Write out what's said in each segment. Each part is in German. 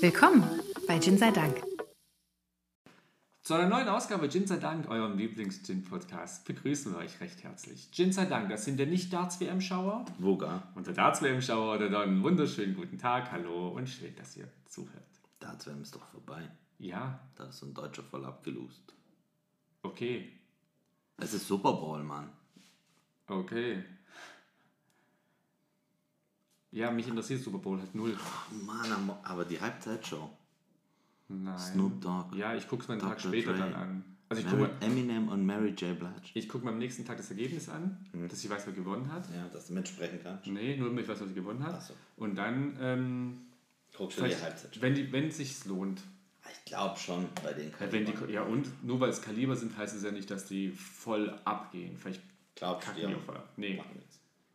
Willkommen bei Gin sei Dank. Zu einer neuen Ausgabe Gin sei Dank, eurem Lieblings-Gin-Podcast, begrüßen wir euch recht herzlich. Gin sei Dank, das sind der Nicht-Darts-WM-Schauer. Woga. Unter Darts-WM-Schauer oder dann einen wunderschönen guten Tag, hallo und schön, dass ihr zuhört. Dartswam ist doch vorbei. Ja, Da ist ein Deutscher voll abgelust. okay, Es ist Super Bowl, Mann. okay. Ja, mich interessiert Super Bowl halt null. Mann, am- aber die Halbzeitshow. Nein. Snoop Dogg. Ja, ich guck's mir einen Tag Dr. später Dre. dann an. Also ich guck Mary, mir, Eminem und Mary J. Blige. ich guck mir am nächsten Tag das Ergebnis an, Hm. dass ich weiß, wer gewonnen hat. Ja, dass du mitsprechen kannst. Nee, nur damit ich weiß, wer gewonnen hat. Ach so. Und dann, ähm, Guckst vielleicht, wenn, die, wenn es sich lohnt. Ah, Ich glaube schon, bei den Ja, Wenn die, ja, und nur weil es Kaliber sind, heißt es ja nicht, dass die voll abgehen. Vielleicht Glaubst kacken die auch voll ab. Nee,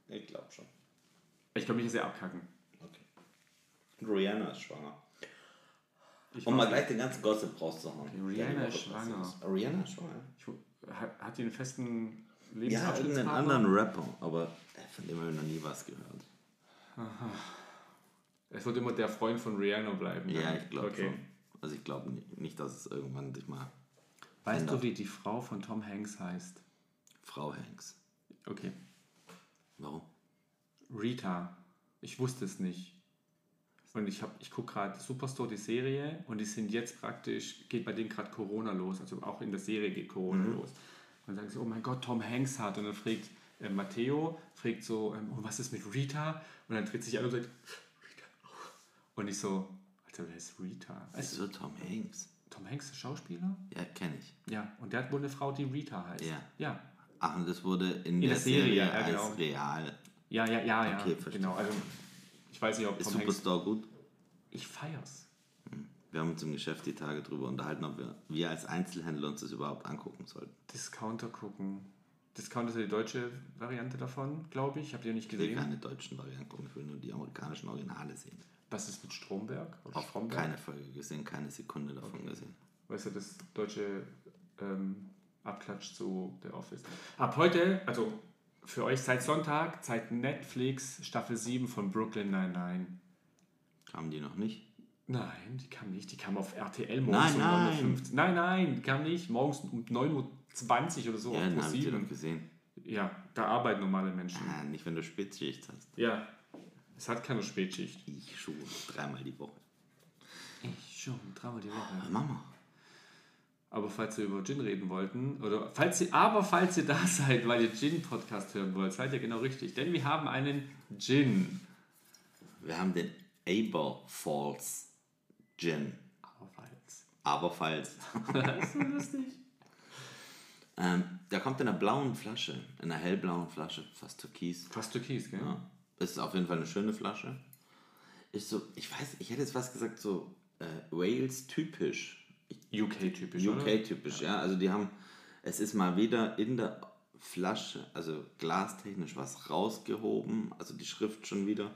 Ich glaube schon. ich glaube nicht, dass sie abkacken. Okay. Rihanna ist schwanger. Ich Um mal weiß gleich den ganzen Gossip Okay, rauszuhauen. der die Rihanna Woche ist passiert schwanger. ist. Rihanna ist schwanger. nicht. Ich, hat, hat die einen festen Ja, irgendeinen Lebensabschnittspartner? anderen Rapper, aber äh, von dem habe ich noch nie was gehört. Es wird immer der Freund von Rihanna bleiben. Ja, ne? ich glaube schon. Also ich glaube nicht, dass es irgendwann sich mal Weißt du, Ändert. wie die Frau von Tom Hanks heißt? Frau Hanks. Okay. Warum? Rita. Ich wusste es nicht. Und ich, hab- ich gucke gerade Superstore, die Serie, und die sind jetzt praktisch, geht bei denen gerade Corona los. Also auch in der Serie geht Corona Mhm. los. Und dann sagen sie, oh mein Gott, Tom Hanks hat. Und dann fragt äh, Matteo, fragt so, ähm, und was ist mit Rita? Und dann dreht sich an und sagt, Rita. Und ich so, Alter, wer ist Rita? Also, Wieso Tom Hanks? Tom Hanks, der Schauspieler? Ja, kenne ich. Ja. Und der hat wohl eine Frau, die Rita heißt. Ja. Ja. Ach, und das wurde in, der der, Serie, Serie, ja, als genau. real. Ja, ja, ja, ja. Okay, verstehe. Genau, also ich weiß nicht, ob Ist Tom Hanks... Superstore gut? Ich feier's. Wir haben uns im Geschäft die Tage drüber unterhalten, ob wir, wir als Einzelhändler uns das überhaupt angucken sollten. Discounter gucken. Discounter ist ja die deutsche Variante davon, glaube ich. Habt ihr nicht Ich will gesehen? keine deutschen Varianten gucken, ich will nur die amerikanischen Originale sehen. Was ist mit Stromberg? Oder Auch Stromberg? keine Folge gesehen, keine Sekunde davon gesehen. Weißt du, das deutsche ähm, Abklatsch zu The Office. Ab heute, also für euch seit Sonntag, seit Netflix Staffel 7 von Brooklyn Nine-Nine. Kamen die noch nicht? Nein, die kam nicht. Die kam auf RTL morgens Nein, um nein. 9.15 Uhr. Nein, nein, die kam nicht. Morgens um 9.20 Uhr oder so Ja, auf dann Pro habe ich die 7. doch gesehen. Ja, da arbeiten normale Menschen. Ah, nicht, wenn du Spitzschicht hast. Ja, es hat keine Spätschicht. Ich schon dreimal die Woche. Ich schon, dreimal die Aber Woche. Mama, Aber falls ihr über Gin reden wollten, oder falls ihr, aber falls ihr da seid, weil ihr Gin-Podcast hören wollt, seid ihr genau richtig. Denn wir haben einen Gin. wir haben den Aber Falls Gin. Aber falls. Aber falls. Das ist so lustig. Ähm, der kommt in einer blauen Flasche, in einer hellblauen Flasche, fast türkis. Fast türkis, gell? Ja. Ist auf jeden Fall eine schöne Flasche. Ist so, ich weiß, ich hätte jetzt was gesagt, so äh, Wales-typisch. UK-typisch, oder? UK-typisch, ja. Also die haben, es ist mal wieder in der Flasche, also glastechnisch was rausgehoben, also die Schrift schon wieder.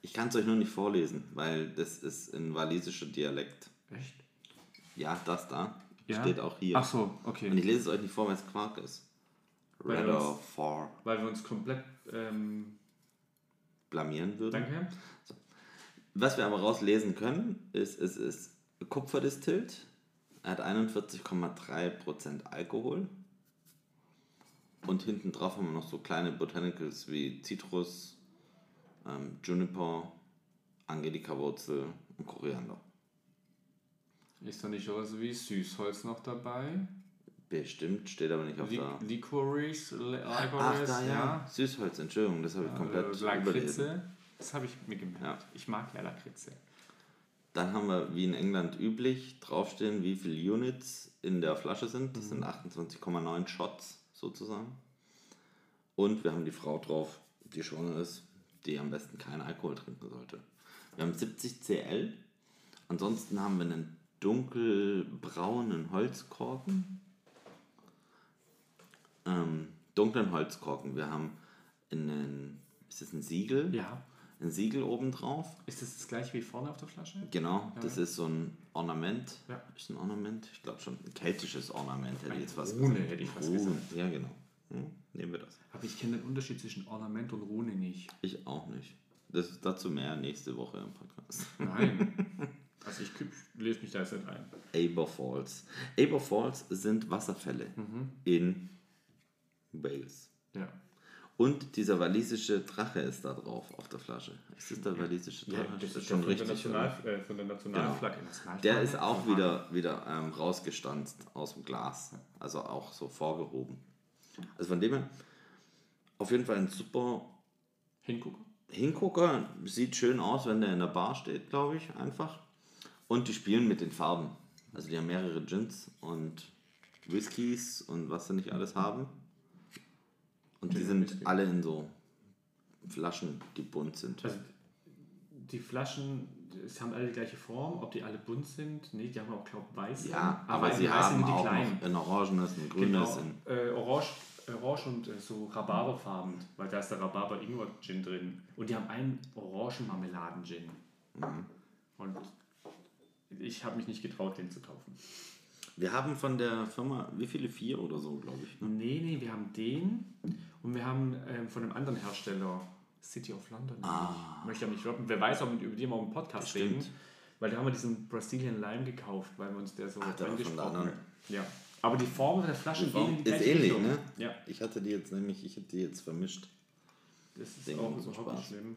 Ich kann es euch nur nicht vorlesen, weil das ist ein walisischer Dialekt. Echt? Ja, das da Ja? steht auch hier. Ach so, Und okay. ich lese es euch nicht vor, weil es Quark ist. Weil Red or uns- Four Weil wir uns komplett. Ähm, blamieren würden. danke. Was wir aber rauslesen können, ist, es ist Kupferdistillt. Er hat 41,3% Alkohol. Und hinten drauf haben wir noch so kleine Botanicals wie Zitrus, ähm, Juniper, Angelika-Wurzel und Koriander. Ist da nicht sowas wie Süßholz noch dabei? Bestimmt, steht aber nicht auf Li der... Licorice, Le- Ach, Licorice, da ja. ja. Süßholz, Entschuldigung, das habe ich komplett Äh, überlesen. Lakritze. Das habe ich mir gemerkt. Ja. Ich mag ja Lakritze. Dann haben wir, wie in England üblich, draufstehen, wie viele Units in der Flasche sind. Das sind 28,9 Shots sozusagen. Und wir haben die Frau drauf, die schwanger ist, die am besten keinen Alkohol trinken sollte. Wir haben 70 CL. Ansonsten haben wir einen dunkelbraunen Holzkorken. Ähm, dunklen Holzkorken. Wir haben einen, ist das ein Siegel? Ja. Ein Siegel oben drauf. Ist das das gleiche wie vorne auf der Flasche? Genau, das ja. ist so ein Ornament. Ja. Ist ein Ornament? Ich glaube schon. Ein keltisches Ornament hätte ich jetzt was Rune hätte ich was Rune, gesagt. Ja, genau. Hm, nehmen wir das. Aber ich kenne den Unterschied zwischen Ornament und Rune nicht. Ich auch nicht. Das dazu mehr nächste Woche im Podcast. Nein. Also ich lese mich da jetzt nicht rein. Aber Falls. Aber Falls sind Wasserfälle Mhm. in Wales. Ja. Und dieser walisische Drache ist da drauf auf der Flasche. Ist das der walisische Drache? das ist schon richtig. National, äh, von der Nationalflagge. Der ist auch wieder, wieder ähm, rausgestanzt aus dem Glas. Also auch so vorgehoben. Also von dem her, auf jeden Fall ein super Hingucken. Hingucker. Sieht schön aus, wenn der in der Bar steht, glaube ich, einfach. Und die spielen mit den Farben. Also die haben mehrere Gins und Whiskys und was sie nicht alles haben. Und die Gin und sind Whisky. alle in so Flaschen, die bunt sind. Also die Flaschen, es haben alle die gleiche Form, ob die alle bunt sind. Nee, die haben auch, glaube ich, weiß. ja, aber, sie haben auch noch ein orangenes, ein grünes, Genau, ein äh, orange, orange und äh, so Rhabarberfarben, weil da ist der Rhabarber-Ingwer-Gin drin. Und die haben einen Orangen-Marmeladen-Gin. Mhm. Und ich habe mich nicht getraut, den zu kaufen. Wir haben von der Firma, wie viele? Vier oder so, glaube ich. Ne? Nee, nee, wir haben den und wir haben ähm, von einem anderen Hersteller City of London. Ah. Ich möchte ja nicht droppen. Wer weiß, ob wir über die mal im Podcast Bestimmt. reden. Weil da haben wir diesen Brazilian Lime gekauft, weil wir uns der so Ach, der war von der angesprochen anderen. hat. Ja. Aber die Form der Flasche Wow. gehen in die Ist gleiche ähnlich, Richtung. ne? Ja. Ich hatte die jetzt nämlich, ich hätte die jetzt vermischt. Das ist Den auch ganzen überhaupt nicht Spaß. schlimm.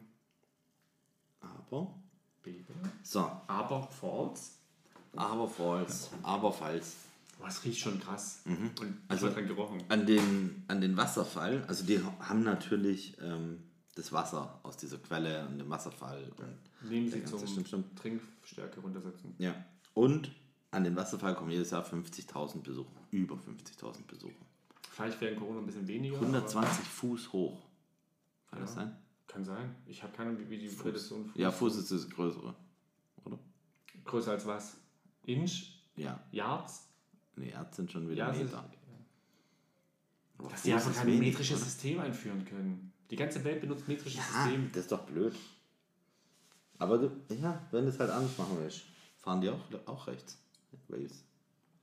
Aber. Baby. So, Aber Falls. aber falls, aber falls. Boah, das riecht schon krass. Und Also- also dran gerochen. An den, an den Wasserfall, also die haben natürlich ähm, das Wasser aus dieser Quelle und dem Wasserfall. Und, Nehmen der Sie ganze- zum stimmt, stimmt. Trinkstärke runtersetzen. ja. und an den Wasserfall kommen jedes Jahr 50.000 Besucher. Über 50.000 Besucher. Vielleicht während Corona ein bisschen weniger. aber- 120 Fuß hoch. Kann das Ja. sein? Kann sein. Ich habe keine Ahnung, wie die Prädestination Ja, Fuß ist das größere. Oder? Größer als was? Inch? Ja. Yards? Nee, Erz sind schon wieder Ja, es ist, Meter. Aber dass Fuß sie einfach ist kein wenig, metrisches oder? System einführen können. Die ganze Welt benutzt metrisches Ja, System. das ist doch blöd. Aber du, ja, wenn du es halt anders machen willst, fahren die auch, auch rechts. Wales.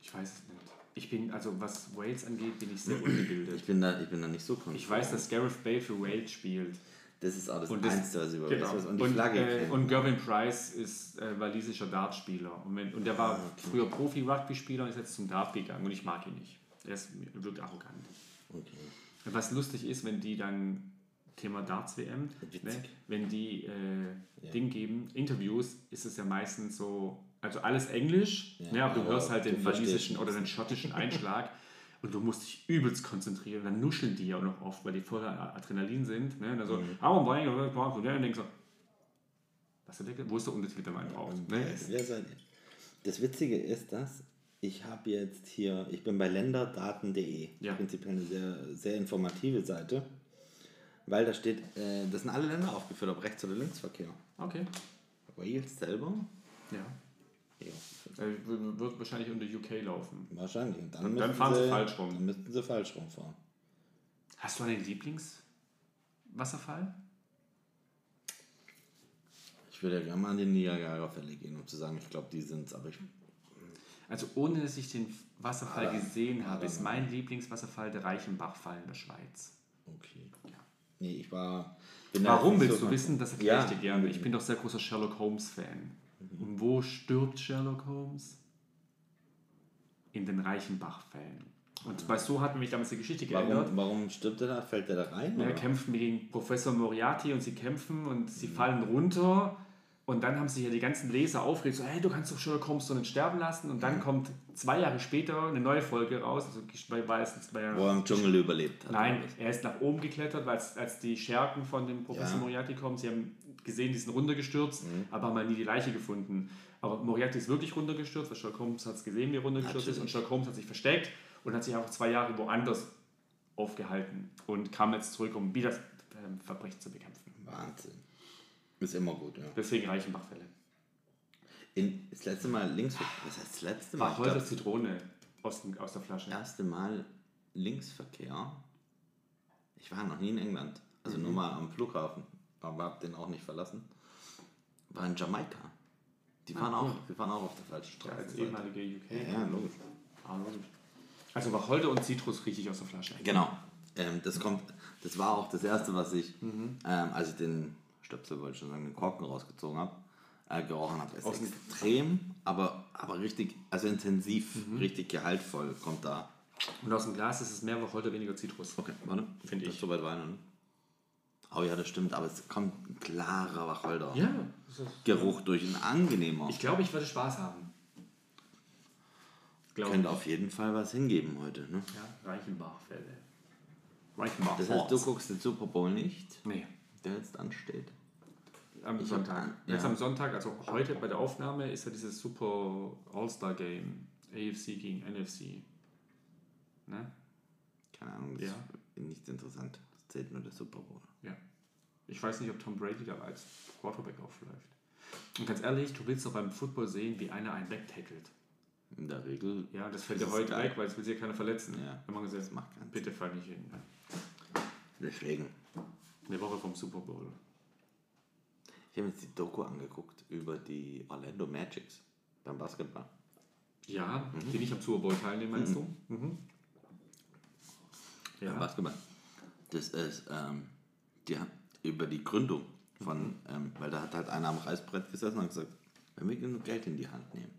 Ich weiß es nicht. Ich bin, also was Wales angeht, bin ich sehr ungebildet. Ich bin da, ich bin da nicht so konfus. Ich weiß, dass Gareth Bale für Wales spielt. Das ist auch das Und das- Einzige, was ich über Genau. Wales weiß. Und Und, die Flagge äh, kennen. und Gervin Price ist äh, walisischer Dartspieler. Und, wenn, und der Ah, war früher Profi-Rugby-Spieler und ist jetzt zum Dart gegangen. Und ich mag ihn nicht. Er ist, wirkt arrogant. okay. Was lustig ist, wenn die dann Thema Darts WM, Witzig. ne, wenn die äh, Ding geben, Interviews, ist es ja meistens so, also alles Englisch, Ja, ne, aber du aber hörst halt du den verstehst walisischen oder den schottischen Einschlag und du musst dich übelst konzentrieren. Dann nuscheln die ja auch noch oft, weil die voller Adrenalin sind. Ne, und dann so, mhm. und dann denkst du, was hat der, ge- wo ist der Untertitel, der man braucht? Ne? Wer seid ihr? Das Witzige ist, dass ich habe jetzt hier, ich bin bei länderdaten.de, Ja. prinzipiell eine sehr, sehr informative Seite, weil da steht, äh, das sind alle Länder aufgeführt, ob Rechts- oder Linksverkehr. Okay, Wales selber? ja. Ja, Äh, w- wird wahrscheinlich unter UK laufen. wahrscheinlich. Und dann, dann müssten fahren sie falsch rum. Dann müssten sie falsch rumfahren. Hast du einen Lieblingswasserfall? Ich würde ja gerne mal an den Niagara-Fälle gehen, um zu sagen, ich glaube, die sind es, aber ich Also ohne dass ich den Wasserfall Aber- gesehen habe, aber- ist mein Lieblingswasserfall der Reichenbachfall in der Schweiz. Okay. Nee, ich war. bin da Warum jetzt nicht willst so du ganz- wissen? Das erkläre Ja. Mhm. ich dir gerne. Ich bin doch sehr großer Sherlock Holmes-Fan. Und wo stirbt Sherlock Holmes? In den Reichenbachfällen. Und weißt du, hat mich damals die Geschichte geändert. Ah. Warum, warum stirbt er da? Fällt er da rein? Ja, oder? kämpfen gegen Professor Moriarty und sie kämpfen und sie fallen runter. Und dann haben sich ja die ganzen Leser aufgeregt, so, hey, du kannst doch Sherlock Holmes so nicht sterben lassen. Und dann kommt zwei Jahre später eine neue Folge raus. Also bei meistens bei Wo er im Dschungel überlebt hat. Nein, er ist nach oben geklettert, weil als, als die Schergen von dem Professor Ja. Mhm. Moriarty kommen, sie haben gesehen, die sind runtergestürzt, aber haben halt nie die Leiche gefunden. Aber Moriarty ist wirklich runtergestürzt, weil Sherlock Holmes hat es gesehen, wie er runtergestürzt ist und Natürlich. Sherlock Holmes hat sich versteckt und hat sich auch zwei Jahre woanders aufgehalten und kam jetzt zurück, um wieder ähm, Verbrechen zu bekämpfen. Wahnsinn. Ist immer gut, ja. Deswegen Reichenbachfälle. In, das letzte Mal links. Was heißt das letzte Mal? War Ich glaub, heute Zitrone aus, dem, aus der Flasche. das erste Mal Linksverkehr. Ich war noch nie in England. Also Mhm. nur mal am Flughafen. Aber hab den auch nicht verlassen. War in Jamaika. Die fahren, auch, die fahren auch auf der falschen Ah, Ja, Als Straße. ehemalige UK. ja, logisch. Ah, logisch. Also Wacholder und Zitrus rieche ich aus der Flasche. Genau. Ähm, das kommt, das war Mhm. auch das erste, was ich, ähm, als ich den Stöpsel wollte ich schon sagen, den Korken rausgezogen habe, äh, gerochen habe. Ist extrem, aber, aber richtig, also intensiv, Mhm. richtig gehaltvoll kommt da. Und aus dem Glas ist es mehr Wacholder, weniger Zitrus. Okay, warte. Find Das ich. ist soweit Wein, oder? Oh ja, das stimmt, aber es kommt ein klarer Wacholder. Ja, das ist- Geruch durch, ein angenehmer. ich glaube, ich würde Spaß haben. Glaube Könnte auf jeden Fall was hingeben heute, ne? Ja, Reichenbach-Fälle. Reichenbach. Das heißt, du guckst den Super Bowl nicht, nee, der jetzt ansteht. am Ich hab- Sonntag. ja. Jetzt am Sonntag, also heute bei der Aufnahme, ist ja dieses Super All-Star-Game. AFC gegen NFC. Ne? Keine Ahnung, das Ja. ist nicht interessant. Das zählt nur der Super Bowl. Ja. Ich weiß nicht, ob Tom Brady da als Quarterback aufläuft. Und ganz ehrlich, du willst doch beim Football sehen, wie einer einen wegtackelt. In der Regel Ja, das fällt Das ja ist heute geil. weg, weil es will sich ja keiner verletzen. Ja, Wenn man gesagt, das macht keinen bitte fall nicht hin. Deswegen. Eine Woche vom Super Bowl. Ich habe jetzt die Doku angeguckt über die Orlando Magics beim Basketball. Ja, die nicht am Super Bowl teilnehmen, meinst du? Mhm. Beim Ja. Basketball. Das ist ähm, die, hat- über die Gründung von, Mhm. ähm, weil da hat halt einer am Reißbrett gesessen und hat gesagt, wenn wir genug Geld in die Hand nehmen,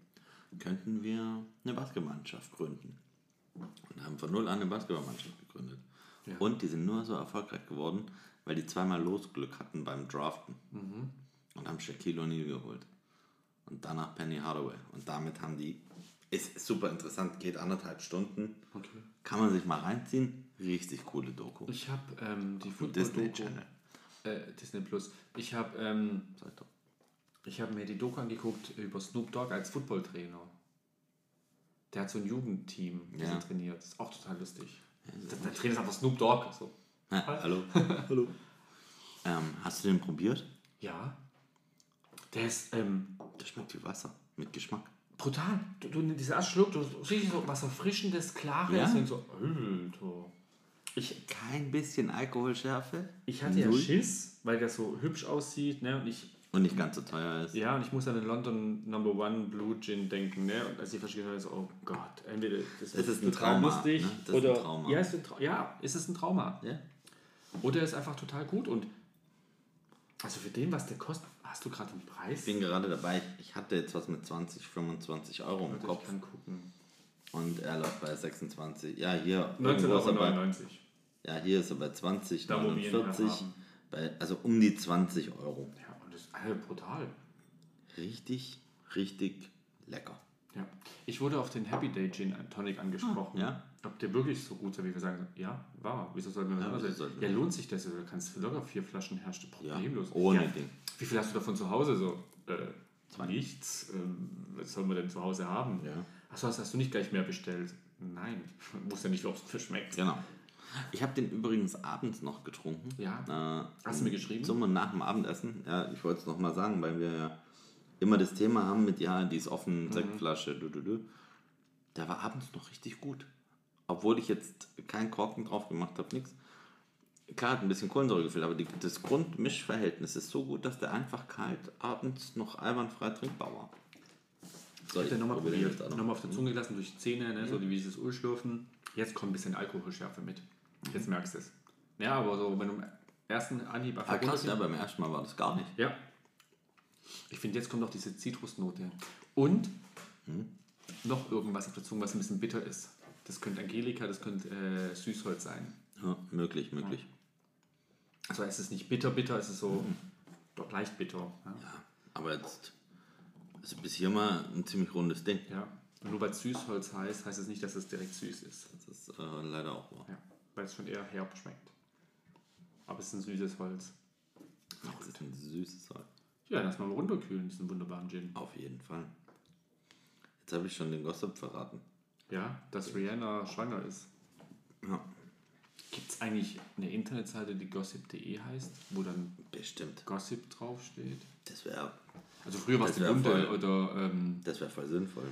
könnten wir eine Basketballmannschaft gründen. Und haben von null an eine Basketballmannschaft gegründet. Ja. Und die sind nur so erfolgreich geworden, weil die zweimal Losglück hatten beim Draften. Mhm. Und haben Shaquille O'Neal geholt. Und danach Penny Hardaway. Und damit haben die, ist super interessant, geht anderthalb Stunden. Okay. Kann man sich mal reinziehen. Richtig coole Doku. Ich habe ähm, die Football Disney Doku- Channel. Äh, Disney Plus. Ich habe ähm, Sollte. ich hab mir die Doku angeguckt über Snoop Dogg als Footballtrainer. Der hat so ein Jugendteam, das Ja. er trainiert. Das ist auch total lustig. Der, der Trainer ist einfach Snoop Dogg. So. Ja, hallo. hallo. Ähm, hast du den probiert? Ja. Der ist ähm, Das schmeckt wie Wasser. Mit Geschmack. brutal. Du, du nimmst diesen Schluck, du riechst so was Erfrischendes, Klares. Ja. Und denkst so, Alter. Ich, Kein bisschen Alkoholschärfe. Ich hatte ja Null. Schiss, weil der so hübsch aussieht, ne? Und ich, Und nicht ganz so teuer ist. ja, und ich muss an den London Number One Blue Gin denken, ne? Und als ich verstehe, habe ich so, oh Gott, entweder das Es wird ist ein total Trauma, lustig ne? Das ist oder ein Trauma. ja, es ist ein Trau- ja, es ist ein Trauma. Ja. Oder es ist einfach total gut und also für den, was der kostet, hast du gerade einen Preis? Ich bin gerade dabei. Ich hatte jetzt was mit 20, 25 Euro im Warte, Kopf. ich kann gucken. Und er läuft bei 26. Ja, hier. irgendwo ist er bei- 19,99. Ja, hier ist er bei 20, Da, wo wir ihn 49. haben. Bei, also um die 20 Euro. Ja, und das ist äh, brutal. Richtig, richtig lecker. Ja. Ich wurde auf den Happy Day Gin Tonic angesprochen. Ah, ja? Ob der wirklich so gut sei, wie wir sagen. Ja, war. Wieso sollten wir Ja, das wieso ja, sollten ja, wir- lohnt sich das. Du kannst locker vier Flaschen herstellen. Ja, Problemlos. ohne ja. Ding. Wie viel hast du davon zu Hause? So, äh, nichts. Ähm, was soll man denn zu Hause haben? Ja. Achso, das hast du nicht gleich mehr bestellt. Nein. Wusste ja nicht, ob es schmeckt. Genau. Ich habe den übrigens abends noch getrunken. Ja. Äh, Hast du mir geschrieben? Zum und nach dem Abendessen. Ja, ich wollte es nochmal sagen, weil wir ja immer das Thema haben mit, ja, die ist offen, Sektflasche, du, du, du. Der war abends noch richtig gut. Obwohl ich jetzt keinen Korken drauf gemacht habe, nichts. Klar, hat ein bisschen Kohlensäure gefehlt, aber die, das Grundmischverhältnis ist so gut, dass der einfach kalt abends noch einwandfrei trinkbar war. So, Ich hab den nochmal probier den probiert. jetzt auch noch. Mhm. Nochmal auf der Zunge gelassen durch die Zähne, ne? so wie dieses Urschlürfen. Jetzt kommt ein bisschen Alkoholschärfe mit. Mhm. Jetzt merkst du es. Ja, aber so, wenn du im ersten Anhieb einfach Ah, krass, runterziehst- ja, beim ersten Mal war das gar nicht. Ja. Ich finde, jetzt kommt noch diese Zitrusnote. Und Mhm. noch irgendwas auf der Zunge, was ein bisschen bitter ist. Das könnte Angelika, das könnte äh, Süßholz sein. Ja, möglich, möglich. Also es ist nicht bitter, bitter, es ist so Mhm. doch leicht bitter. Ja. Aber jetzt ist bis hier mal ein ziemlich rundes Ding. ja. Und nur weil es Süßholz heißt, heißt es nicht, dass es direkt süß ist. Das ist äh, leider auch wahr. Ja. Weil es schon eher herb schmeckt. Aber es ist ein süßes Holz. Das ist ein süßes Zeug. Ja, lass mal runterkühlen, diesen wunderbaren Gin. Auf jeden Fall. Jetzt habe ich schon den Gossip verraten. Ja, dass Rihanna schwanger ist. Ja, Gibt es eigentlich eine Internetseite, die gossip.de heißt, wo dann bestimmt. Gossip draufsteht. Das wäre Also früher war es Das die wär Bunte voll- oder ähm, das wär voll sinnvoll.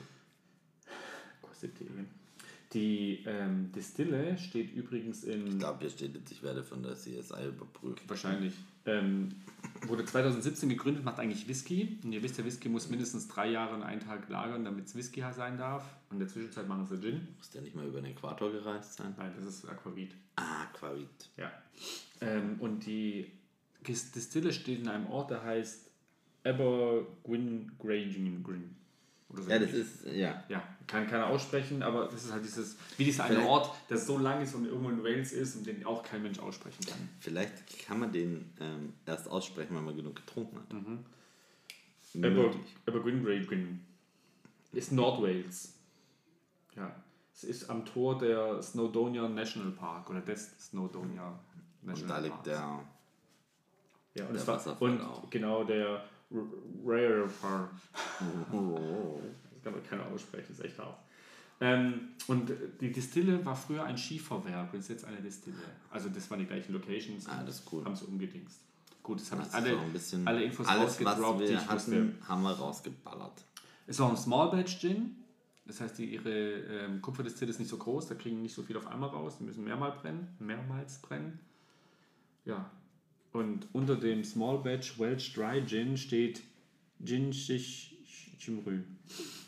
Gossip.de. Die ähm, Distille steht übrigens in Da hier steht jetzt, ich werde von der CSI überprüft. wahrscheinlich ähm, wurde 2017 gegründet, macht eigentlich Whisky. Und ihr wisst, der Whisky muss mindestens drei Jahre und einen Tag lagern, damit es Whisky sein darf. Und in der Zwischenzeit machen sie Gin. Muss der nicht mal über den Äquator gereist sein? Nein, das ist Aquavit. Ah, Quarit. Ja. Ähm, und die Gis- Distille steht in einem Ort, der heißt Aber Gwyn Grangin Green. Oder so Ja, das ähnlich. ist, ja. Ja, kann keiner aussprechen, aber das ist halt dieses, wie dieser eine Vielleicht- Ort, der so lang ist und irgendwo in Wales ist und den auch kein Mensch aussprechen kann. Vielleicht kann man den ähm, erst aussprechen, wenn man genug getrunken hat. Aber, Möglich. aber Gwyngrave Gwyn ist Nordwales. Ja. Es ist am Tor der Snowdonia National Park oder des Snowdonia Und National da liegt Parks. der. ja, und, es der war, Wasserfall und auch. genau der R- Rare Park. Das kann man keiner aussprechen, das ist echt hart. Ähm, und die Distille war früher ein Schieferwerk und ist jetzt eine Distille. Also das waren die gleichen Locations. Ah, das ist cool. Haben sie umgedingst. Gut, das haben Das ich ist alle, so ein bisschen alle Infos alles, was rausgedroppt, die wir ich wusste. hatten, haben wir rausgeballert. Es war ein Small Batch Gin. Das heißt, die, ihre ähm, Kupferdestille ist nicht so groß, da kriegen die nicht so viel auf einmal raus, die müssen mehrmals brennen, mehrmals brennen. Ja. Und unter dem Small Batch Welsh Dry Gin steht Gin Shich Chimrü.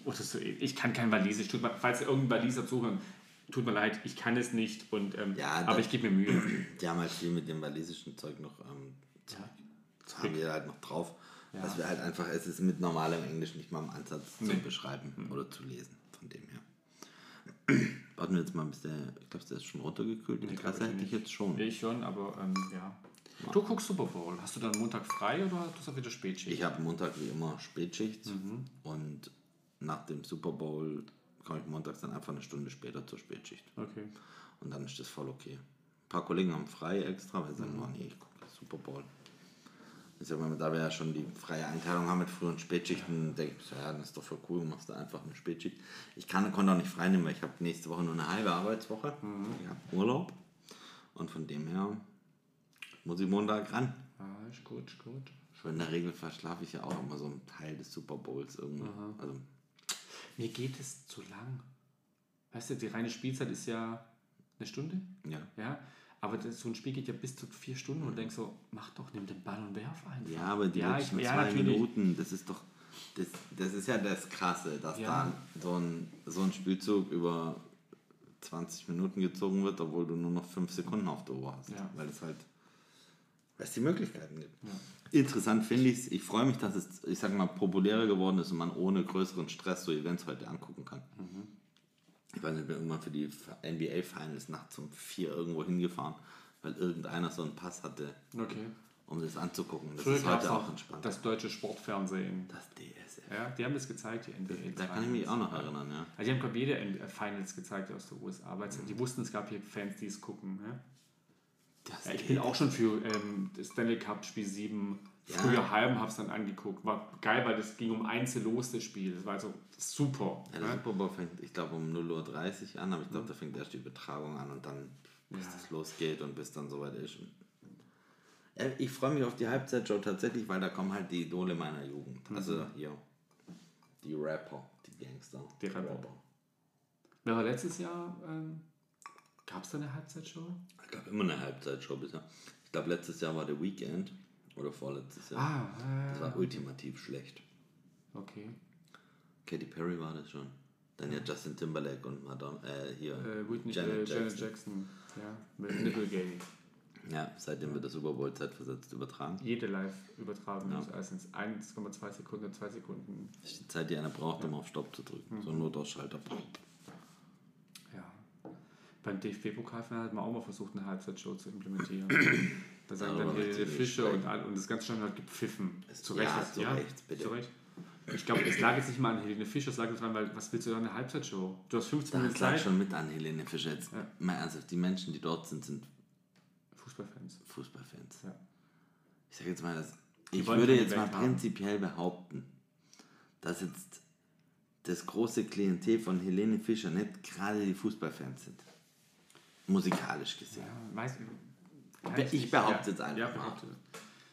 Oder so ähnlich. Ich kann kein Walisisch. Tut mir, falls irgendein Waliser zuhören, tut mir leid, ich kann es nicht. Und, ähm, Ja, aber das- ich gebe mir Mühe. Die haben halt viel mit dem walisischen Zeug noch, ähm, das haben wir halt noch drauf. Ja. Was wir halt einfach, es ist mit normalem Englisch nicht mal im Ansatz Nee. Hm. zu beschreiben oder zu lesen, von dem her. Warten wir jetzt mal, bis der, ich glaube, der ist schon runtergekühlt. Die Nee, glaub ich Klasse hätte ich nicht. jetzt schon. Ich schon, aber ähm, ja. Du guckst Super Bowl. Hast du dann Montag frei oder hast du auch wieder Spätschicht? Ich habe Montag wie immer Spätschicht Mhm. und nach dem Super Bowl komme ich montags dann einfach eine Stunde später zur Spätschicht. Okay. Und dann ist das voll okay. Ein paar Kollegen haben frei extra, weil sie sagen, oh nee, ich gucke Super Bowl. Ich sag mal, da wir ja schon die freie Einteilung haben mit Früh- und Spätschichten, denke ich, so, ja, das ist doch voll cool, du machst da einfach eine Spätschicht. Ich kann, konnte auch nicht frei nehmen, weil ich habe nächste Woche nur eine halbe Arbeitswoche. Ich habe Urlaub. Und von dem her muss ich Montag ran. Ah, ist gut, ist gut. Aber in der Regel verschlafe ich ja auch immer so einen Teil des Super Bowls irgendwie. Also, Mir geht es zu lang. Weißt du, die reine Spielzeit ist ja eine Stunde, ja. ja. Aber das, so ein Spiel geht ja bis zu vier Stunden und denkst so, mach doch, nimm den Ball und werf einfach. Ja, aber die Ja, letzten ich- ja, zwei natürlich. Minuten, das ist doch. Das, das ist ja das Krasse, dass Ja. da so ein, so ein Spielzug über 20 Minuten gezogen wird, obwohl du nur noch 5 Sekunden auf der Uhr hast. Ja. Weil es halt. Weil es die Möglichkeiten gibt. Ja. Interessant finde ich es. Ich freue mich, dass es, ich sag mal, populärer geworden ist und man ohne größeren Stress so Events heute angucken kann. Mhm. Ich weiß nicht, ich bin irgendwann für die NBA-Finals nachts um 4 irgendwo hingefahren, weil irgendeiner so einen Pass hatte Okay. um das anzugucken. Das Früher ist gab's heute auch entspannt. Das, das deutsche Sportfernsehen. DSF. Ja, die haben das gezeigt, die NBA. Da kann ich mich auch noch erinnern, ja. Also die haben glaube jede NBA Finals gezeigt aus der USA, weil Mhm. sie- die wussten, es gab hier Fans, die es gucken. Ja? Das Ja, ich bin auch schon für ähm, das Stanley Cup Spiel 7 Ja. früher halben hab's dann angeguckt. War geil, weil das ging um Einzel los, das Spiel. Das war also super. Ja, der Super Bowl fängt, ich glaube, um 0.30 Uhr an, aber ich glaube, da fängt erst die Übertragung an und dann, bis Mhm. Ja. das losgeht und bis dann soweit ist. Und- Ja, Ich freue mich auf die Halbzeitshow tatsächlich, weil da kommen halt die Idole meiner Jugend. Mhm. Also hier, die Rapper, die Gangster. Die Rapper. Wer war letztes Jahr? Ähm, Gab es da eine Halbzeitshow? Ich glaube, immer eine Halbzeitshow bisher. Ich glaube, letztes Jahr war The Weekend oder vorletztes Jahr. Ah, Das war ultimativ schlecht. äh, okay. Katy Perry war das schon. Dann ja Justin Timberlake und Madonna, äh, hier, Äh, Whitney, Janet äh, Jackson. Janet Jackson. Ja, mit Nipplegate. Ja, seitdem wird das Super Bowl zeitversetzt übertragen. Jede live übertragen also muss als ins 1,2 Sekunden, 2 Sekunden. Das ist die Zeit, die einer braucht, um auf Stopp zu Mhm. drücken. So ein Notausschalter. Ja. Beim DFB-Pokalfinale hat man auch mal versucht, eine Halbzeitshow zu implementieren. da sagen Darüber dann hier möchte der ich nicht Fischer und, sprechen. all- und das ganze Standard gepfiffen. Es- Zu ja, Recht. zu Recht, bitte. Zu Recht. Ich glaube, es lag jetzt nicht mal an Helene Fischer, es lag nur dran, weil was willst du da eine Halbzeitshow? Du hast 15 Da Minuten klang Zeit. schon mit an Helene Fischer jetzt. Ja. Mal ernsthaft, die Menschen, die dort sind, sind Fußballfans. Fußballfans. Ja. Ich sag jetzt mal, dass Die ich wollen würde keine jetzt mal Welt haben. prinzipiell behaupten, dass jetzt das große Klientel von Helene Fischer nicht gerade die Fußballfans sind. Musikalisch gesehen. Ja, weiß, kann Ich nicht. behaupte jetzt ja. einfach Ja, mal. behaupte.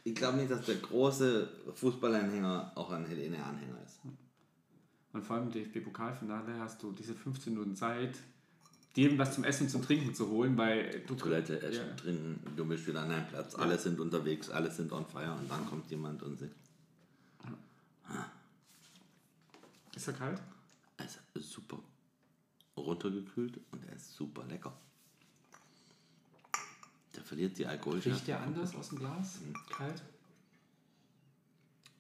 Ich glaube nicht, dass der große Fußballanhänger auch ein Helene-Anhänger ist. Und vor allem im DFB-Pokalfinale hast du diese 15 Minuten Zeit, dir was zum Essen und zum Trinken zu holen, weil du Toilette, äh, Essen, Ja. Trinken, du bist wieder an deinem Platz. Alle sind unterwegs, alle sind on fire und dann kommt jemand und singt. Ist er kalt? Es ist super runtergekühlt und er ist super lecker. Der verliert die alkoholische. Mhm. Riecht der anders aus dem Glas? Kalt?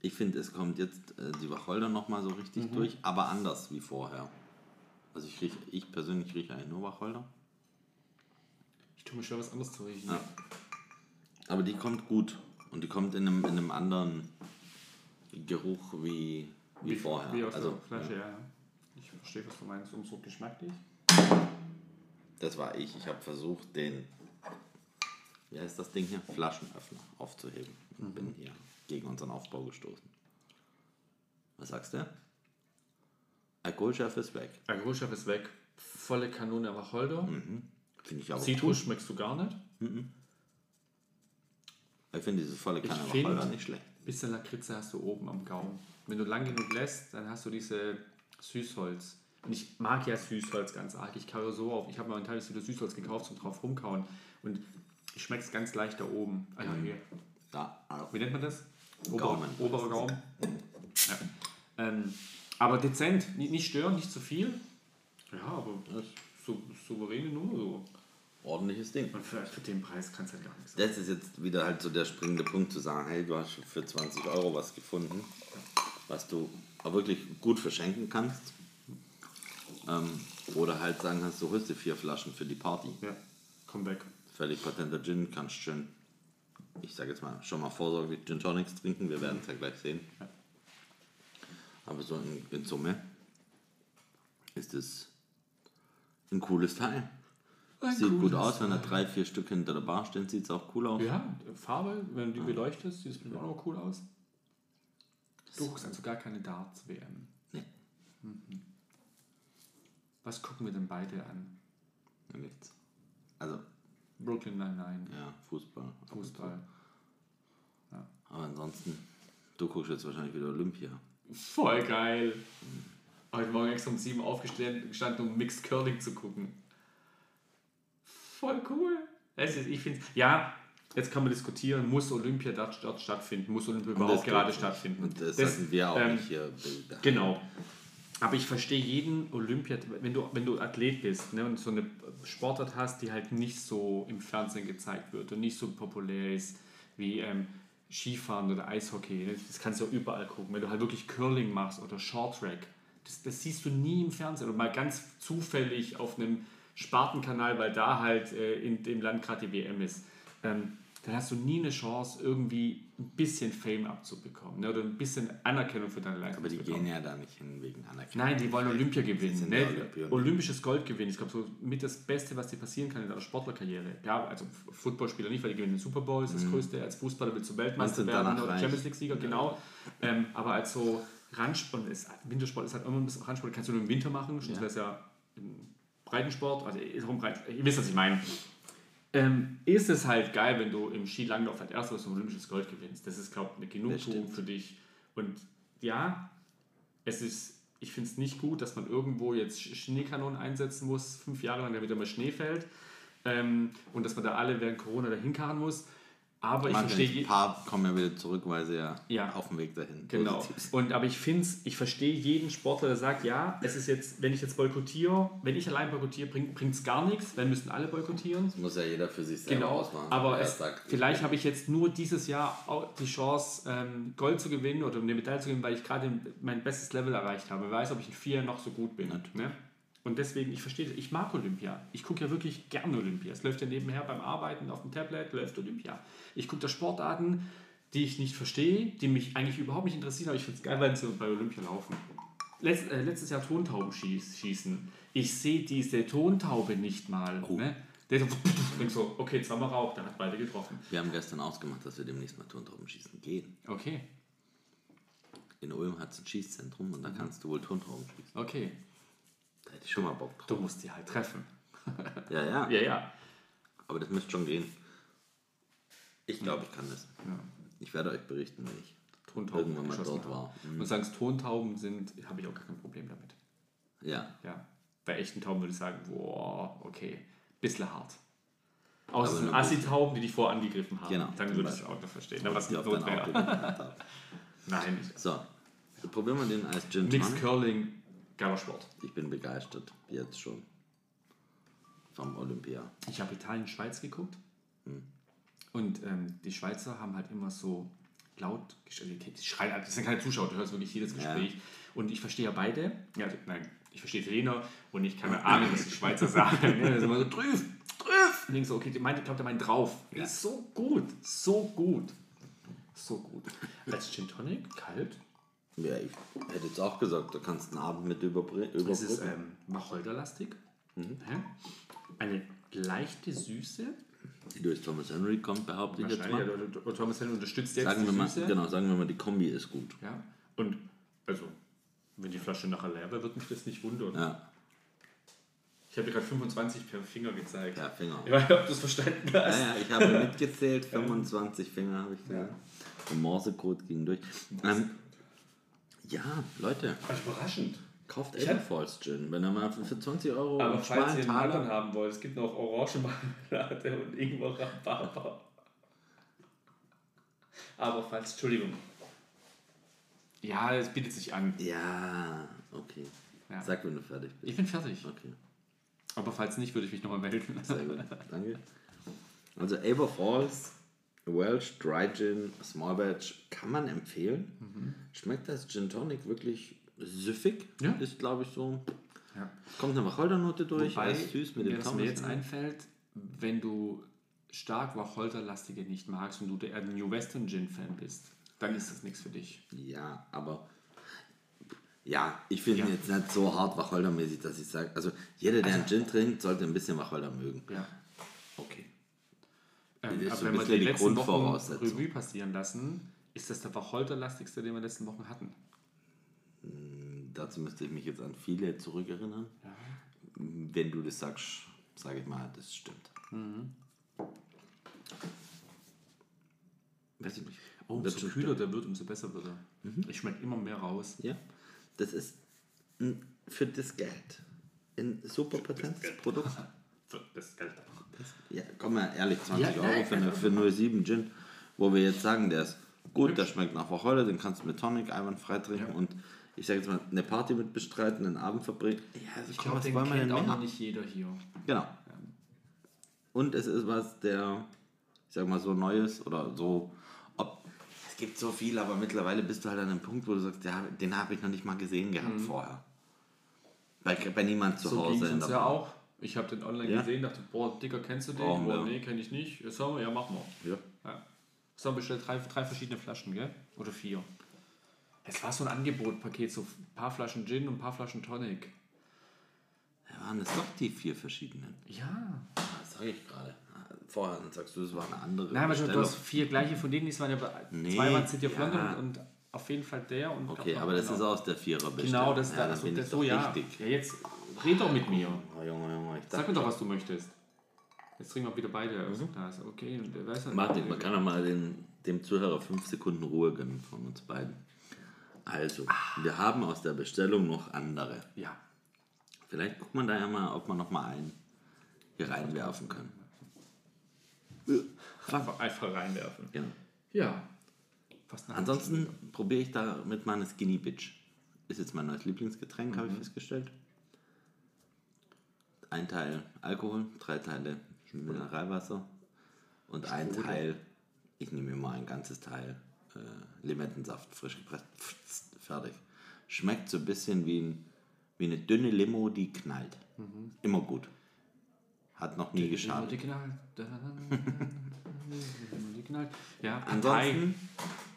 Ich finde, es kommt jetzt äh, die Wacholder nochmal so richtig durch, aber anders wie vorher. Also ich, riech, ich persönlich rieche eigentlich nur Wacholder. Ich tue mir schwer, was anderes zu riechen. Ja. Aber die kommt gut. Und die kommt in einem, in einem anderen Geruch wie, wie, vorher. Wie aus also, der Flasche, ja. ja. Ich verstehe, was du meinst. Umso geschmacklich. Das war ich. Ich habe versucht, den, wie heißt das Ding hier? Flaschenöffner aufzuheben. Und Mhm. bin hier gegen unseren Aufbau gestoßen. Was sagst du? Alkoholchef ist weg. Alkoholstoff ist weg. Volle Kanone Wacholder. Finde ich Mhm. aber. Zitrus schmeckst du gar nicht. Ich finde diese volle Kanne find- Wacholder nicht schlecht. bisschen Lakritze hast du oben am Gaumen. Wenn du lang genug lässt, dann hast du diese Süßholz. Und ich mag ja Süßholz ganz arg. Ich kaue so auf. Ich habe mal ein Teil wieder Süßholz gekauft zum drauf rumkauen. Und ich schmecke es ganz leicht da oben. Also hier. Da, also, Wie nennt man das? Ober, Gaumen. Oberer Gaumen. Ja. Ähm, aber dezent. Nicht, nicht stören, nicht zu viel. Ja, aber su souveräne Nummer so. ordentliches Ding. Und für, für den Preis kannst du halt gar nichts sagen. Das ist jetzt wieder halt so der springende Punkt zu sagen, hey, du hast für 20 Euro was gefunden, was du auch wirklich gut verschenken kannst. Ähm, oder halt sagen kannst, du holst dir vier Flaschen für die Party. Ja, komm weg. Völlig patenter Gin, kannst schön, ich sage jetzt mal, schon mal vorsorglich Gin Tonics trinken, wir werden es ja gleich sehen. Aber so in, in Summe ist es ein cooles Teil. Sieht gut aus, wenn da drei, vier Stück hinter der Bar stehen, sieht es auch cool aus. Ja, Farbe, wenn du die beleuchtest, sieht es bestimmt auch noch cool aus. Du guckst also gar keine Darts-WM. Nee. Was gucken wir denn beide an? Ja, Nichts. Also, Brooklyn Nine-Nine, ja, Fußball. Fußball. Aber ansonsten, du guckst jetzt wahrscheinlich wieder Olympia. Voll geil! Heute Morgen extra um 7 aufgestanden, um Mixed Curling zu gucken. Voll cool! Es ist, ich finde ja, jetzt kann man diskutieren, muss Olympia dort, dort stattfinden, muss Olympia das überhaupt geht gerade nicht. stattfinden. Und das, Das, hatten wir auch ähm, nicht hier. bedacht. Genau. Aber ich verstehe jeden Olympiat, wenn du, wenn du Athlet bist ne, und so eine Sportart hast, die halt nicht so im Fernsehen gezeigt wird und nicht so populär ist wie ähm, Skifahren oder Eishockey. Ne? Das kannst du ja überall gucken. Wenn du halt wirklich Curling machst oder Shorttrack, das, das siehst du nie im Fernsehen oder mal ganz zufällig auf einem Spartenkanal, weil da halt äh, in dem Land gerade die WM ist. Ähm, dann hast du nie eine Chance, irgendwie ein bisschen Fame abzubekommen ne? oder ein bisschen Anerkennung für deine Leistung. Aber die zu bekommen. gehen ja da nicht hin wegen Anerkennung. Nein, die wollen Olympia gewinnen. sind Ne? ja Olympioniken. Olympisches Gold gewinnen. Ich glaube, so mit das Beste, was dir passieren kann in deiner Sportlerkarriere. Ja, also F- Footballspieler nicht, weil die gewinnen den Super Bowl, ist das Größte. Als Fußballer willst du Weltmeister Und Mhm. sind werden danach oder reich. Champions League-Sieger, genau. Ähm, aber als so Randsport, ist, Wintersport ist halt immer ein bisschen Randsport, kannst du nur im Winter machen, sonst Ja. wäre es ja im Breitensport, also ist auch im Breit, ihr wisst, was ich meine. Ähm, ist es halt geil, wenn du im Skilanglauf als erstes ein olympisches Gold gewinnst. Das ist, glaube ich, eine Genugtuung stimmt. für dich. Und ja, es ist, ich finde es nicht gut, dass man irgendwo jetzt Sch- Schneekanonen einsetzen muss, fünf Jahre lang, damit immer Schnee fällt. Ähm, und dass man da alle während Corona dahin karren muss. Aber ich Manche verstehe. nicht. je- Ein paar kommen ja wieder zurück, weil sie ja, Ja. auf dem Weg dahin Genau. positiv sind. Und aber ich finde ich verstehe jeden Sportler, der sagt, ja, es ist jetzt, wenn ich jetzt boykottiere, wenn ich allein boykottiere, bringt es gar nichts, dann müssen alle boykottieren. Muss ja jeder für sich selber Genau, ausmachen. aber wer es, vielleicht habe ich jetzt nur dieses Jahr auch die Chance, ähm, Gold zu gewinnen oder eine Medaille zu gewinnen, weil ich gerade mein bestes Level erreicht habe. Wer weiß, ob ich in vier Jahren noch so gut bin. Natürlich. Ne? Und deswegen, ich verstehe, das. ich mag Olympia. Ich gucke ja wirklich gerne Olympia. Es läuft ja nebenher beim Arbeiten auf dem Tablet, läuft Olympia. Ich gucke da Sportarten, die ich nicht verstehe, die mich eigentlich überhaupt nicht interessieren, aber ich finde es geil, wenn sie bei Olympia laufen. Letz, äh, letztes Jahr Tontauben schieß, schießen. Ich sehe diese Tontaube nicht mal. Ne? Der so, denk so, okay, zweimal Rauch, dann hat beide getroffen. wir haben gestern ausgemacht, dass wir demnächst mal Turntauben schießen gehen. Okay, In Ulm hat es ein Schießzentrum Mhm. und da kannst du wohl Turntauben schießen. okay. Da hätte ich schon mal Bock drauf. Du musst die halt treffen. Ja, ja. Ja, ja. Aber das müsste schon gehen. Ich glaube, ich kann das. Ich werde euch berichten, wenn ich Tontauben irgendwann mal geschossen dort haben. war. Mhm. Und sagst, Tontauben sind, habe ich auch gar kein Problem damit. Ja, Ja. Bei echten Tauben würde ich sagen, boah, okay, bisschen hart. Außer Aber es sind nur ein Assi-Tauben, die dich vorher angegriffen haben. Genau, Dann zum würde ich es Beispiel. auch noch verstehen. Aber das die ist auf so dein Auto teuer. geknallt haben. Nein. So, dann probieren wir den als Gin Mixed Tonic. Curling, geiler Sport. Ich bin begeistert, jetzt schon. Vom Olympia. Ich habe Italien-Schweiz geguckt. Und ähm, die Schweizer haben halt immer so laut, gesch- also die schreien, das sind keine Zuschauer, du hörst wirklich jedes Gespräch. Und ich verstehe ja beide, ja, also, nein, ich verstehe Italiener und ich kann mir ahnen, was die Schweizer sagen. Ne? Das ist immer so, trüff, trüff. Und ich so, okay, die meint, ich glaube, der meint drauf. Ja. Ist so gut, so gut, so gut. Als Gin Tonic, kalt, Ja, ich hätte jetzt auch gesagt, da kannst du einen Abend mit überbr- überbrücken. Es ist ähm, wacholderlastig. Ja. Eine leichte Süße. die durch Thomas Henry kommt, behaupte ich jetzt Wahrscheinlich, mal. oder, oder Thomas Henry unterstützt jetzt Sagen die wir mal, Süße. genau, sagen wir mal, die Kombi ist gut. Ja. Und also, wenn die Flasche nachher leer wäre, würde mich das nicht wundern. Ja, Ich habe dir gerade 25 per Finger gezeigt. ja Finger. Ich weiß nicht, ob du es verstanden Ja, hast. ja, ich habe mitgezählt, 25 Finger habe ich gesagt. Der Morsecode ging durch. Ähm, ja, Leute, Also überraschend. kauft Ich hab- Edelfalls Gin, wenn ihr mal für 20 Euro Aber einen falls ihr schmalen einen anderen Oh, Taler... haben wollt, es gibt noch Orangenmarmelade und irgendwo Rhabarber. Aber falls, Entschuldigung. Ja, es bietet sich an. Ja, okay. Ja. Sag, wenn du fertig bist. Ich bin fertig. Okay, Aber falls nicht, würde ich mich nochmal melden. sehr gut. Danke. Also Aberfalls, Welsh Dry Gin, Small Batch, kann man empfehlen. Schmeckt das Gin Tonic wirklich süffig? Mhm. Ja. Ist, glaube ich, so... Ja. Kommt eine Wacholdernote durch, Wobei, alles süß mit mir dem das mir Thomas. jetzt einfällt, wenn du stark Wacholderlastige nicht magst und du der New Western Gin Fan bist, dann ist das nichts für dich. Ja, aber ja, ich finde Ja. ihn jetzt nicht so hart wacholdermäßig, dass ich sage, also jeder, der einen Gin trinkt, sollte ein bisschen Wacholder mögen. Ja. Okay. Ähm, Das ist aber so ein wenn wir bisschen die die letzten Wochen Grundvoraussetzung. Revue passieren lassen, ist das der Wacholderlastigste, den wir letzten Wochen hatten. Dazu müsste ich mich jetzt an viele zurückerinnern. Wenn du das sagst, sage ich mal, das stimmt. Weiß ich nicht. Oh, Wird umso schon kühler der wird, umso besser wird er. Mhm. Ich schmecke immer mehr raus. Ja, das ist ein- für das Geld ein super potentes Produkt. Das Geld. Ja, komm mal ehrlich, 20 Ja, Euro nein, für, eine, für 07 Gin, wo wir jetzt sagen, der ist gut, der schmeckt nach Wacholder, den kannst du mit Tonic einwandfrei trinken Ja. und ich sage jetzt mal, eine Party mit bestreiten, einen Abend verbringen. Ja, also Ich glaube, den kennt auch noch nicht jeder hier. Genau. Und es ist was, der, ich sag mal, so Neues oder so. Ob, es gibt so viel, aber mittlerweile bist du halt an einem Punkt, wo du sagst, ja, den habe ich noch nicht mal gesehen gehabt vorher. Bei, bei niemand zu Mhm. So ging Hause. es in uns der ja Bar. auch. Ich habe den online Ja. gesehen, dachte, boah, Dicker, kennst du den? Brauchen Boah, wir. nee, kenne ich nicht. Ja, sagen wir, ja, machen wir. Ja. Ja. So haben wir bestellt drei, drei verschiedene Flaschen, gell? Oder vier. Es war so ein Angebotpaket, so ein paar Flaschen Gin und ein paar Flaschen Tonic. Ja, waren es doch die vier verschiedenen. Ja. Das sage ich gerade. Vorher dann sagst du, es war eine andere. Nein, aber du Bestellung. hast vier gleiche von denen, die waren ja bei- Nee, zwei waren City of ja. London und, und auf jeden Fall der und Okay, aber das ist aus der Vierer Genau, das ist ja, da, dann so, bin das ich so doch ja. richtig. ja. Jetzt red doch mit mir. Oh, Junge, Junge, ich Sag dachte, mir doch, was du möchtest. Jetzt trinken wir wieder beide aus dem Glas. Okay, und äh, der weiß dann- Mhm. Martin, man kann doch mal den, dem Zuhörer fünf Sekunden Ruhe gönnen von uns beiden. Also, wir haben aus der Bestellung noch andere. Ja. Vielleicht guckt man da ja mal, ob man noch mal einen hier reinwerfen kann. Einfach, einfach reinwerfen. Genau. Ja. Fast eine halbe Stunde. Ansonsten probiere ich da mit meiner Skinny Bitch. Ist jetzt mein neues Lieblingsgetränk, Mhm. habe ich festgestellt. Ein Teil Alkohol, drei Teile Mineralwasser und ein Teil, ich nehme immer ein ganzes Teil äh, Limettensaft, frisch gepresst, pfst, fertig. Schmeckt so ein bisschen wie, ein, wie eine dünne Limo, die knallt. Immer gut. Hat noch nie geschadet. Mhm. Die knallt. Da, da, da, da, da, Die knallt. Ja, Partei. Ansonsten,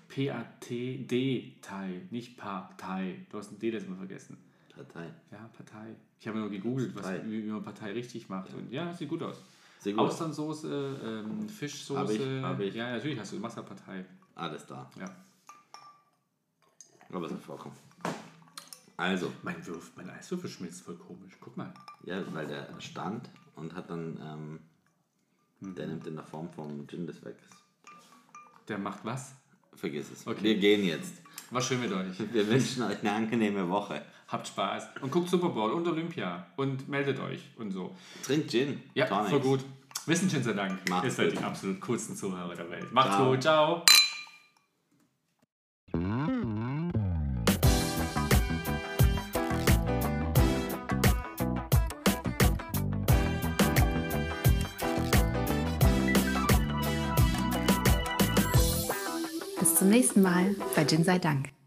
P-A-T-D. Partei, nicht Partei. Du hast ein D letztes Mal vergessen. Partei. Ja, Partei. Ich habe nur gegoogelt, was, Partei. wie wie man Partei richtig macht. Und ja, sieht gut aus. Sehr gut. Austernsoße, ähm, Fischsoße. Hab ich, hab ich. Ja, natürlich hast du. Du machst ja Partei. Alles da. Ja. Aber es hat vorkommen. Also, Mein, Würf, mein Eiswürfel schmilzt voll komisch. Guck mal. Ja, weil der stand und hat dann, ähm, Hm. der nimmt in der Form vom Gin des Wegs. Der macht was? Vergiss es. Okay. Wir gehen jetzt. War schön mit euch. Wir wünschen euch eine angenehme Woche. Habt Spaß und guckt Super Bowl und Olympia und meldet euch und so. Trinkt Gin. Ja, Tonics. voll gut. Wissen Gin sei Dank. Macht's Ihr seid gut. die absolut coolsten Zuhörer der Welt. Macht's Ciao. gut, ciao. Es Bis zum nächsten Mal bei Gin sei Dank.